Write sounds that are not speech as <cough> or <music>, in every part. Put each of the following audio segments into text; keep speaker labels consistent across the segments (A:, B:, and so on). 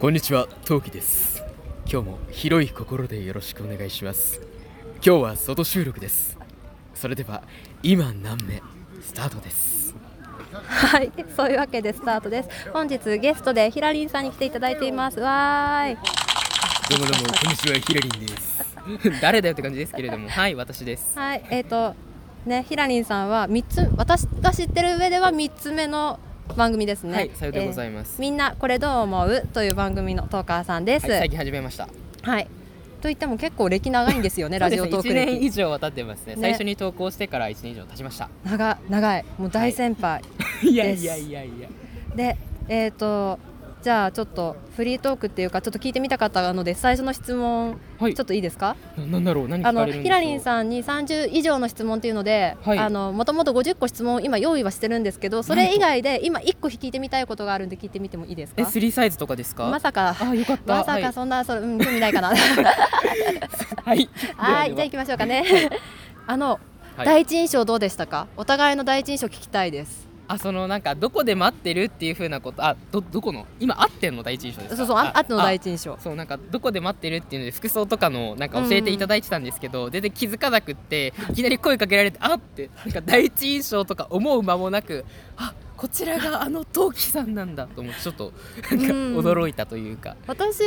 A: こんにちは、トウキです。今日も広い心でよろしくお願いします。今日は外収録です。それでは、今何名スタートです。
B: はい、そういうわけでスタートです。本日ゲストでヒラリンさんに来ていただいています。わーい。
A: どうもどうも、こんにちは、ヒレリンです。
C: 誰だよって感じですけれ
B: <laughs>
C: ども、はい、私です。
B: はい、えっ、とねヒラリンさんは三つ私が知ってる上では三つ目の番組ですね。
C: はいさようでございます
B: みんなこれどう思うという番組のトーカーさんです。
C: はい、
B: は
C: 最
B: い。
C: 近始めました。
B: といっても結構歴長いんですよ
C: <laughs>
B: ねラジオトーク
C: 1年
B: 歴。
C: 以上は経ってますね
B: ね
C: 最初に投稿してから1年以上経ちました。
B: 長長いもう大先輩、
C: <laughs> い
B: やいやい
C: やいや。
B: でえっ、と。じゃあちょっとフリートークっていうかちょっと聞いてみたかったので最初の質問
C: はい
B: ちょっといいですか、
C: ななんだろう、何
B: あ
C: 聞か
B: の
C: れるんでしょう。
B: ヒラリンさんに30以上の質問というので、
C: はい
B: あのもともと50個質問を今用意はしてるんですけどそれ以外で今1個聞いてみたいことがあるんで聞いてみてもいいです
C: え、
B: か
C: スリーサイズとかですか。
B: まさか
C: あ、よかった。
B: まさかそんな、それうん、興味ないか
C: <laughs>
B: なはい
C: はい。
B: <laughs> じゃあ行
C: で
B: きましょうかねあの、
C: はい
B: 第一印象どうでしたかお互いの第一印象聞きたいです
C: あ、そのなんかどこで待ってるっていう風なこと、あ、どどこの今合ってんの第一印象ですか。
B: そうそうああっての第一。印象
C: そうなんかどこで待ってるっていうので服装とかのなんか教えていただいてたんですけど、全然気づかなくっていきなり声かけられてあってなんか第一印象とか思う間もなくあこちらがあの陶器さんなんだと思ってちょっとなんか
B: うん
C: 驚いたというか、
B: 私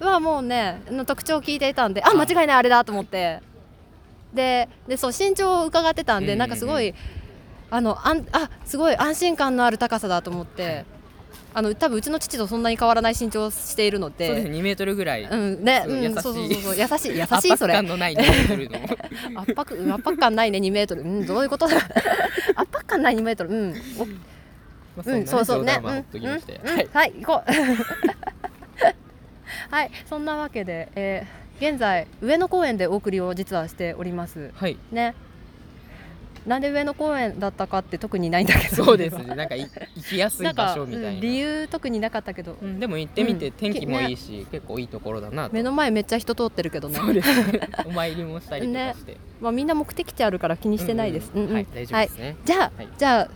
B: はもうねの特徴を聞いていたんであ間違いないあれだと思ってででそう身長を伺ってたんで、
C: うんうんうん
B: なんかすごいあのあんあすごい安心感のある高さだと思って、あの多分うちの父とそんなに変わらない身長をしているので
C: そうですね2メートルぐらい、
B: うんね
C: そう
B: うん、
C: 優しい
B: そうそうそうそう優しい優
C: 圧
B: しいそ
C: 迫
B: れ
C: 感のない2メート
B: <laughs>
C: ルの
B: 圧迫うん圧迫感ないね2メートルうんどういうこと <laughs> 圧迫感ない2メートルうんお
C: まあ
B: うん、
C: そ
B: そ
C: ん
B: う
C: な
B: そうねう
C: 冗談。
B: ん
C: はほっときまして、
B: うんうん <laughs>
C: はい、
B: はい、行こう。はい、そんなわけで、えー現在上野公園でお送りを実はしております。
C: はい、
B: ね。なんで上野公園だったかって特にないんだけど。
C: そうですねなんかい行きや
B: <laughs>
C: す
B: ないんか
C: 場所みたいな
B: うん理由特になかったけど、
C: うんでも行ってみて
B: うん
C: 天気もいいし、結構いいところだなと
B: 目の前めっちゃ人通ってるけどね。
C: そうですねお参りもしたりとかして、
B: まあみんな目的地あるから気 <laughs> にしてないです。
C: うんうん
B: うんうん
C: はい、大丈夫ですね。
B: じゃあ、
C: はい
B: じゃあ。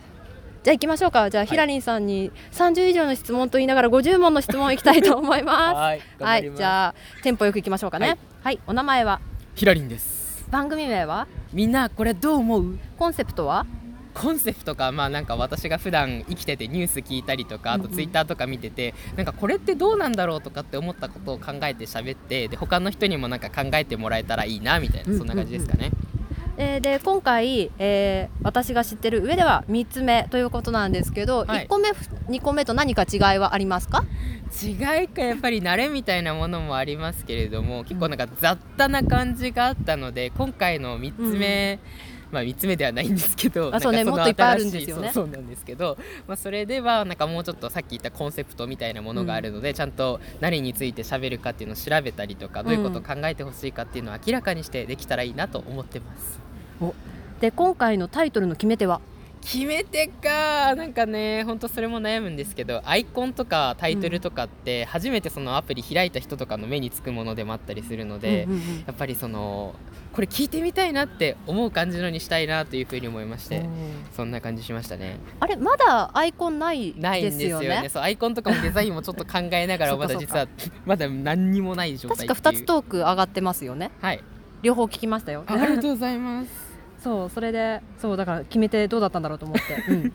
B: じゃあ行きましょうか。じゃあ、ヒラリンさんに30以上の質問と言いながら50問の質問いきたいと思います。
C: はい、
B: はい、じ
C: あ
B: ゃあテンポよくいきましょうかね。は
C: はいい、
B: お名前は
A: ヒラリンです。
B: 番組名は
C: みんなこれどう思う？
B: コンセプトは
C: コンセプトかまあなんか私が普段生きててニュース聞いたりとかあ
B: うん
C: と
B: うん
C: ツイッターとか見てて、なんかこれってどうなんだろうとかって思ったことを考えて喋ってで他の人にもなんか考えてもらえたらいいなみたいな、
B: うん
C: そんな感じですかね。
B: えーで今回、えー私が知ってる上では3つ目ということなんですけど、
C: はい
B: 1個目2個目と何か違いはありますか
C: 違いかやっぱり慣れみたいなものもありますけれども結構なんか雑多な感じがあったので今回の3つ目、まあ3つ目ではないんですけど
B: あそうね
C: なん
B: も
C: か
B: っといっぱいある
C: 新
B: ん
C: し
B: ですよね
C: そうそうなんですけど、まあ、それではなんかもうちょっとさっき言ったコンセプトみたいなものがあるので、ちゃんと何について喋るかっていうのを調べたりとかどういうことを考えてほしいかっていうのを明らかにしてできたらいいなと思ってます。
B: で今回のタイトルの決め手は
C: 決め手かなんかねほんとそれも悩むんですけどアイコンとかタイトルとかって初めてそのアプリ開いた人とかの目につくものでもあったりするので、
B: うんうんうん
C: やっぱりそのこれ聞いてみたいなって思う感じのにしたいなというふうに思いまして、そんな感じしましたね
B: あれまだアイコンない
C: ないん
B: で
C: ですすよ
B: よ
C: ね
B: ね
C: そうアイコンとかもデザインもちょっと考えなが
B: <laughs>
C: ら
B: そっ
C: ま
B: かそ
C: だ
B: っか
C: 実はまだ何にもない状態って
B: 確
C: いう
B: か2つトーク上がってますよね
C: はい
B: 両方聞きましたよ
C: あありがとうございます
B: そうそれでそうだから決めてどうだったんだろうと思って、
C: <laughs>
B: うん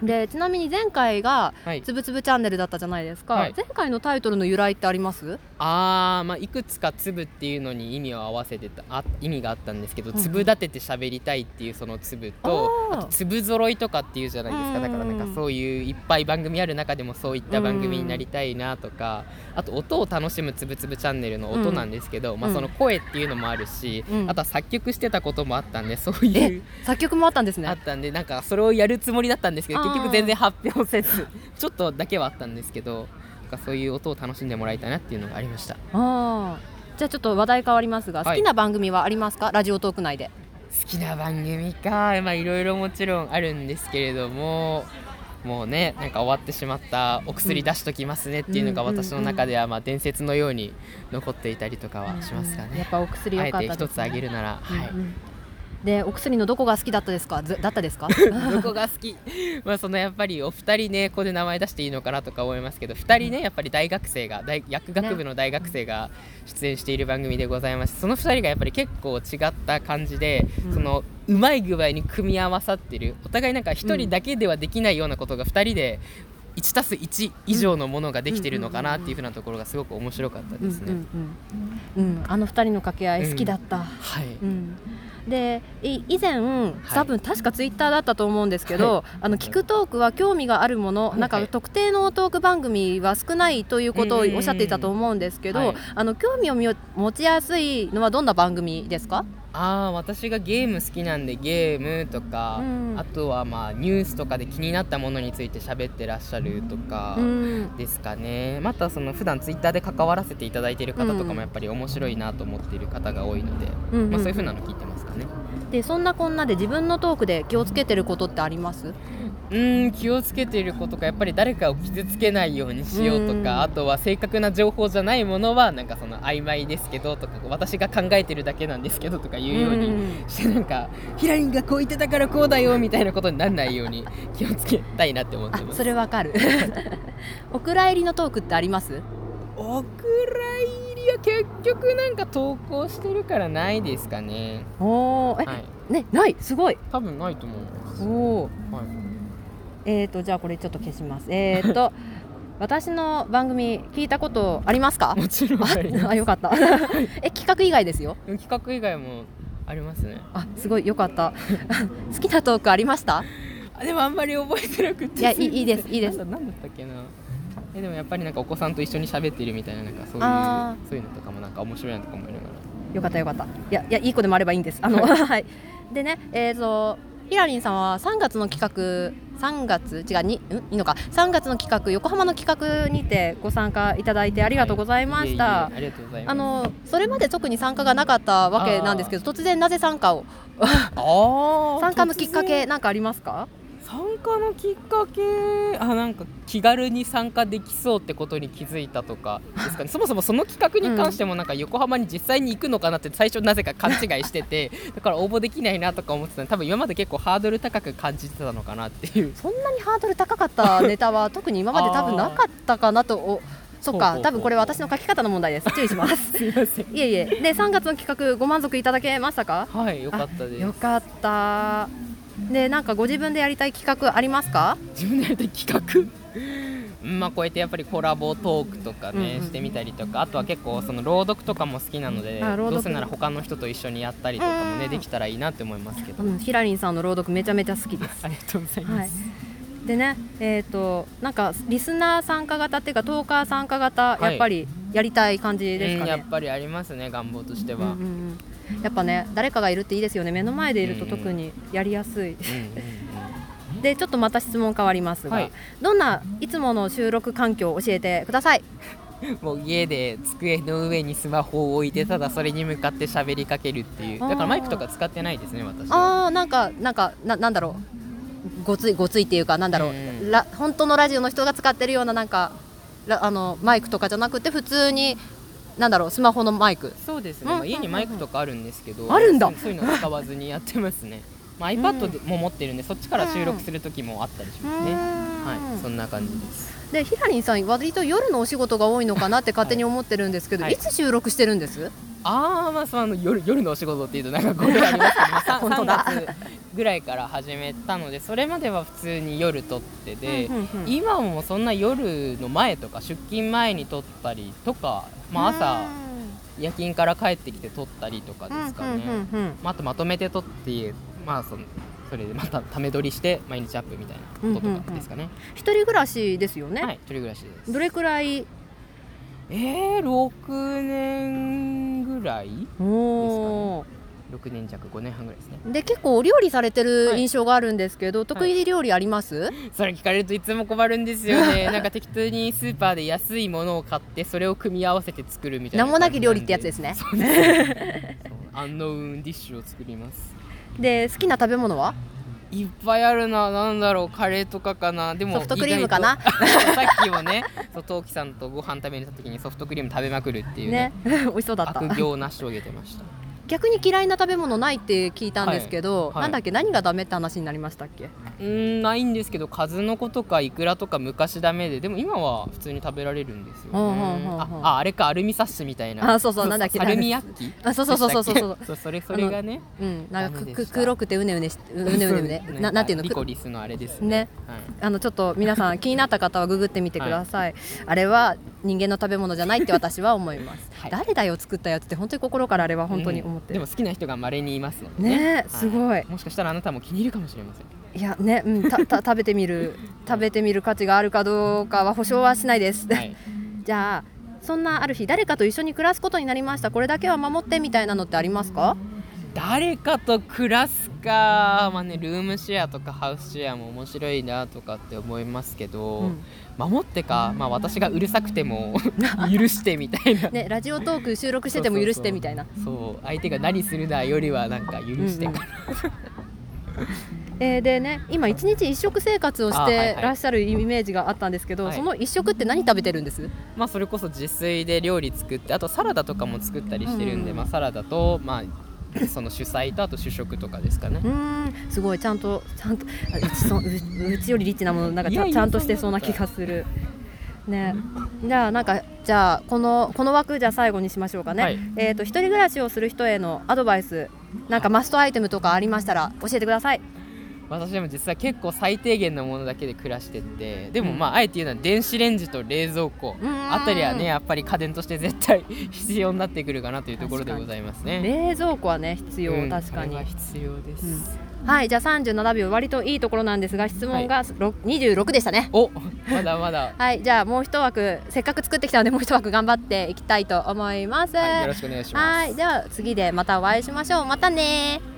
B: でちなみに前回が
C: はい
B: つぶつぶチャンネルだったじゃないですか、
C: はい
B: 前回のタイトルの由来ってあります
C: あー、まあ、いくつか粒っていうのに意味を合わせてたあ意味があったんですけど
B: うんうん
C: 粒立てて喋りたいっていうその粒と、
B: あー
C: あと粒揃いとかっていうじゃないですかだからなん
B: うんうん
C: かそういういっぱい番組ある中でもそういった番組になりたいなとか、あと音を楽しむつぶつぶチャンネルの音なんですけど、ま
B: う
C: あ、
B: ん
C: その声っていうのもあるし、
B: うん
C: あとは作曲してたこともあったんでそういう。
B: 作曲もあったんです
C: <laughs> あっ
B: ね
C: たんでなんかそれをやるつもりだったんですけど
B: あー
C: 結局全然発表せずちょっとだけはあったんですけどなんかそういう音を楽しんでもらいたいなっていうのがありました
B: あーじゃあちょっと話題変わりますが、
C: はい
B: 好きな番組はありますかラジオトーク内で
C: 好きな番組かまあいろいろもちろんあるんですけれどももうねなんか終わってしまったお薬出しときますねっていうのが
B: うん
C: 私の中ではまあ伝説のように残っていたりとかはしますか
B: うんやっ
C: ね。
B: ぱお薬良
C: あえ
B: かってた
C: 一
B: です
C: つあげるなら、はい
B: うんうんでお薬のどこが好きだったですかずだったです
C: <laughs>
B: か
C: どこが好き <laughs> まあそのやっぱりお二人ねここで名前出していいのかなとか思いますけど二人ねやっぱり大学生が大薬学部の大学生が出演している番組でございましてその二人がやっぱり結構違った感じで、
B: うん
C: そのうまい具合に組み合わさってるお互いなんか一人だけではできないようなことが二人で1たす1以上のものができてるのかなっていうふうなところがすごく面白かった
B: うんう
C: ですね。
B: んうん、うん、あの二人の掛け合い好きだった、
C: はい、
B: うんでい以前、多分確かツイッターだったと思うんですけど、
C: は
B: あの聞くトークは興味があるもの、
C: はい
B: なんか特定のトーク番組は少ないということを
C: うんうんうん
B: おっしゃっていたと思うんですけど、
C: はい
B: あの興味をみよ持ちやすいのはどんな番組ですか、
C: ああ私がゲーム好きなんでゲームとか、
B: うん
C: あとはまあニュースとかで気になったものについて喋ってらっしゃるとか
B: うん
C: ですかね、またその普段ツイッターで関わらせていただいている方とか
B: うん
C: もやっぱり面白いなと思っている方が多いので、
B: うん
C: まあ、そういうふうなの聞いてますかね。
B: でそんなこんなで自分のトークで気をつけてることってあります
C: うーん気をつけていることかやっぱり誰かを傷つけないようにしようと
B: うん
C: かあとは正確な情報じゃないものはなんかその曖昧ですけどとか私が考えてるだけなんですけどとかいうようにしてなんかヒラリンがこう言ってたからこうだよみたいなことにならないよう <laughs> に気をつけたいなって思っ
B: あ
C: てます
B: それわか
C: <laughs>
B: るお蔵入りのトークってあります
C: お蔵入りは結局なんか投稿してるからないですかね
B: おーえ、
C: はい
B: ねないすごい
C: 多分ないと思います
B: おお
C: はい
B: えー、とじゃあこれちょっと消します。えー、 <laughs> と私の番組聞いたことあります <laughs> か？
C: もちろんあり
B: あ
C: ま
B: あよかった。 <laughs> え企画以外ですよ。
C: す企画以外もありますね
B: あすごいよかった。 <laughs> 好きなトークありました？
C: あでもあんまり覚えてなくて
B: いやいいいいですいいです
C: なんだなんだったっけなえでもやっぱりなんかお子さんと一緒に喋ってるみたいななんかそう
B: あ
C: いうそういうのとかもなんか面白いなとか思いながら
B: よかったよかった。いやいやいい子でもあればいいんです。あの <laughs> はい。でねえー、とヒラリンさんは3月の企画3月違うにんいいのか3月の企画横浜の企画にてご参加いただいてあ
C: あ
B: りがとうございました。
C: ありがとうございます
B: あのそれまで特に参加がなかったわけなんですけど突然なぜ参加を
C: あー
B: 参加のきっか
C: 突
B: け
C: 然
B: なんかありますか？
C: 参加のきっかけあなんか気軽に参加できそうってことに気づいたとかですかねそもそもその企画に関してもなんか横浜に実際に行くのかなって最初なぜか勘違いしててだから応募できないなとか思ってたので多分今まで結構ハードル高く感じてたのかなっていう
B: そんなにハードル高かったネタは特に今まで多分なかったかなとおそっ
C: ほうほう
B: か
C: ほう
B: 多分これは私の書き方の問題です注意します
C: <laughs> すいません
B: いえいえで3月の企画ご満足いただけましたか
C: はいよかったです
B: よかったでなんかご自分でやりたい企画ありますか
C: 自分でやりたい企画うんまあこうやってやっぱりコラボトークとかね、
B: うんうん
C: してみたりとかあとは結構その朗読とかも好きなので
B: あ朗読
C: どうせなら他の人と一緒にやったりとかも
B: う
C: ね
B: ん
C: できたらいいなって思いますけど、
B: うんヒラリンさんの朗読めちゃめちゃ好きです
C: ありがとうございます、
B: はいでねえっ、となんかリスナー参加型っていうかトーカー参加型、
C: はい
B: やっぱりやりたい感じです
C: う
B: か
C: ん
B: ね
C: やっぱりありますね願望として
B: うんう
C: は、うん
B: んうんやっぱね誰かがいるっていいですよね目の前でいると特にやりやすい、でちょっとまた質問変わりますが、
C: はい
B: どんないつもの収録環境を教えてください
C: うんうんもう家で机の上にスマホを置いてただそれに向かって喋りかけるっていうだか
B: あー
C: らマイクとか使ってないですね私は
B: あーなんかなんかななんだろうごついごついっていうかなんだろう、
C: うん
B: ら本当のラジオの人が使ってるようななんからあのマイクとかじゃなくて普通になんだろうスマホのマイク
C: そうですね、
B: うん
C: まあ、家にマイクとかあるんですけど、
B: あるんだ
C: そうそういうの使わずにやってますね、まあ、iPad でも持ってるんでそっちから収録する時もあったりしますね、はいそんな感じです
B: でヒラリンさん割と夜のお仕事が多いのかなって勝手に思ってるんですけど、
C: はい
B: いつ収録してるんです
C: ああまあそのあの夜夜のお仕事っていうとなんかこれありますけど、まあ、さ
B: <laughs> 本当だ
C: 3月ぐらいから始めたのでそれまでは普通に夜撮ってで、
B: うんうんうん
C: 今もそんな夜の前とか出勤前に撮ったりとか、まあ、朝夜勤から帰ってきて撮ったりとかですかね、
B: うんうんうんうん
C: まあ、あとまとめて撮って、まあ、そのそれでまたため撮りして <laughs> 毎日アップみたいなこととかですかね、
B: 一人暮らしですよね、
C: はい一人暮らしです
B: どれくらい
C: えー、6年ぐらい
B: おー
C: 6年弱5年半ぐらいですね
B: で結構お料理されてる印象があるんですけど、得意料理あります、
C: それ聞かれるといつも困るんですよ
B: <laughs>
C: ねなんか適当にスーパーで安いものを買ってそれを組み合わせて作るみたいな
B: 名もなき料理ってやつ
C: 感
B: で
C: じ
B: すね
C: なんでそうアンノウンディッシュを作ります
B: で好きな食べ物はい
C: っぱいあるななんだろうカレーとかかなでも
B: ソフトクリームかな
C: 意外とさっきもねそうトウキ
B: <laughs>
C: さんとご飯食べに行った時にソフトクリーム食べまくるっていうね
B: ね美味しそうだった
C: 悪行を成し遂げてました
B: 逆に嫌いな食べ物ないって聞いたんですけど、
C: はいはい
B: なんだっけ何がダメって話になりましたっけ
C: うーんないんですけど数の子とかイクラとか昔ダメででも今は普通に食べられるんですよね、
B: ほうほうほうほう
C: あああれかアルミサッシュみたいな
B: あそうそうなんだっけ
C: アルミ焼き
B: あそうそうそうそうそう
C: でしたっけそうそれそれがね
B: うんなんか
C: ダメで
B: く
C: した
B: 黒くてうねうねしうねうねうねななんていうの
C: リコ
B: く
C: リスのあれですね
B: ね
C: はい
B: あのちょっと皆さん気になった方はググってみてください、あれは人間の食べ物じゃないって私は思います、
C: はい
B: 誰だよ作ったやつって本当に心からあれは本当に思って
C: で
B: る、
C: も好きな人が稀にいますので
B: ねえ
C: は
B: すごい
C: もしかしたらあなたも気に入るかもしれま
B: <laughs>
C: せん
B: いやね、うん、たた <laughs> 食べてみる食べてみる価値があるかどうかは保証はしないです、
C: はい
B: <laughs> じゃあそんなある日誰かと一緒に暮らすことになりましたこれだけは守ってみたいなのってありますか
C: 誰かと暮らすか、まあね、ルームシェアとかハウスシェアも面白いなとかって思いますけど、
B: うん
C: 守ってか、まあ、私がうるさく
B: <laughs>
C: ても許してみたいな、
B: ねラジオトーク収録してても許してみたいな
C: そう相手が何するなよりはなんか許してから、
B: えーでね今一日一食生活をし
C: あはいは
B: て
C: い
B: らっしゃるイメージがあったんですけど、
C: はい
B: その一食って何食べてるんです
C: まあ、それこそ自炊で料理作ってあとサラダとかも作ったりしてるんで、
B: うん
C: まあ、サラダと、まあ、その主菜とあと主食とかですかね
B: う。ーんすごいちゃんとちゃんとあうちそうううちよりリッチなものなんかちゃ
C: いやいや
B: ちゃんとしてそうな気がするねじゃあなんかじゃあこのこの枠じゃあ最後にしましょうかね、
C: はい
B: えっ、と一人暮らしをする人へのアドバイスなんかマストアイテムとかありましたら教えてください
C: 私でも実は結構最低限のものだけで暮らしてってでも
B: うん
C: まああえて言うのは電子レンジと冷蔵庫
B: うん
C: あたりはねやっぱり家電として絶対必要になってくるかなというところでございますね。
B: 冷蔵庫はね必要、
C: うん
B: 確か
C: こ
B: に
C: れは必要です、
B: うんはいじゃあ37秒割といいところなんですが質問がろ26でしたね
C: おまだまだ、
B: はいじゃあもう一枠せっかく作ってきたのでもう一枠頑張っていきたいと思います、
C: はい、よろしくお願いしま
B: は
C: す。
B: い、では次でまたお会いしましょう。またねー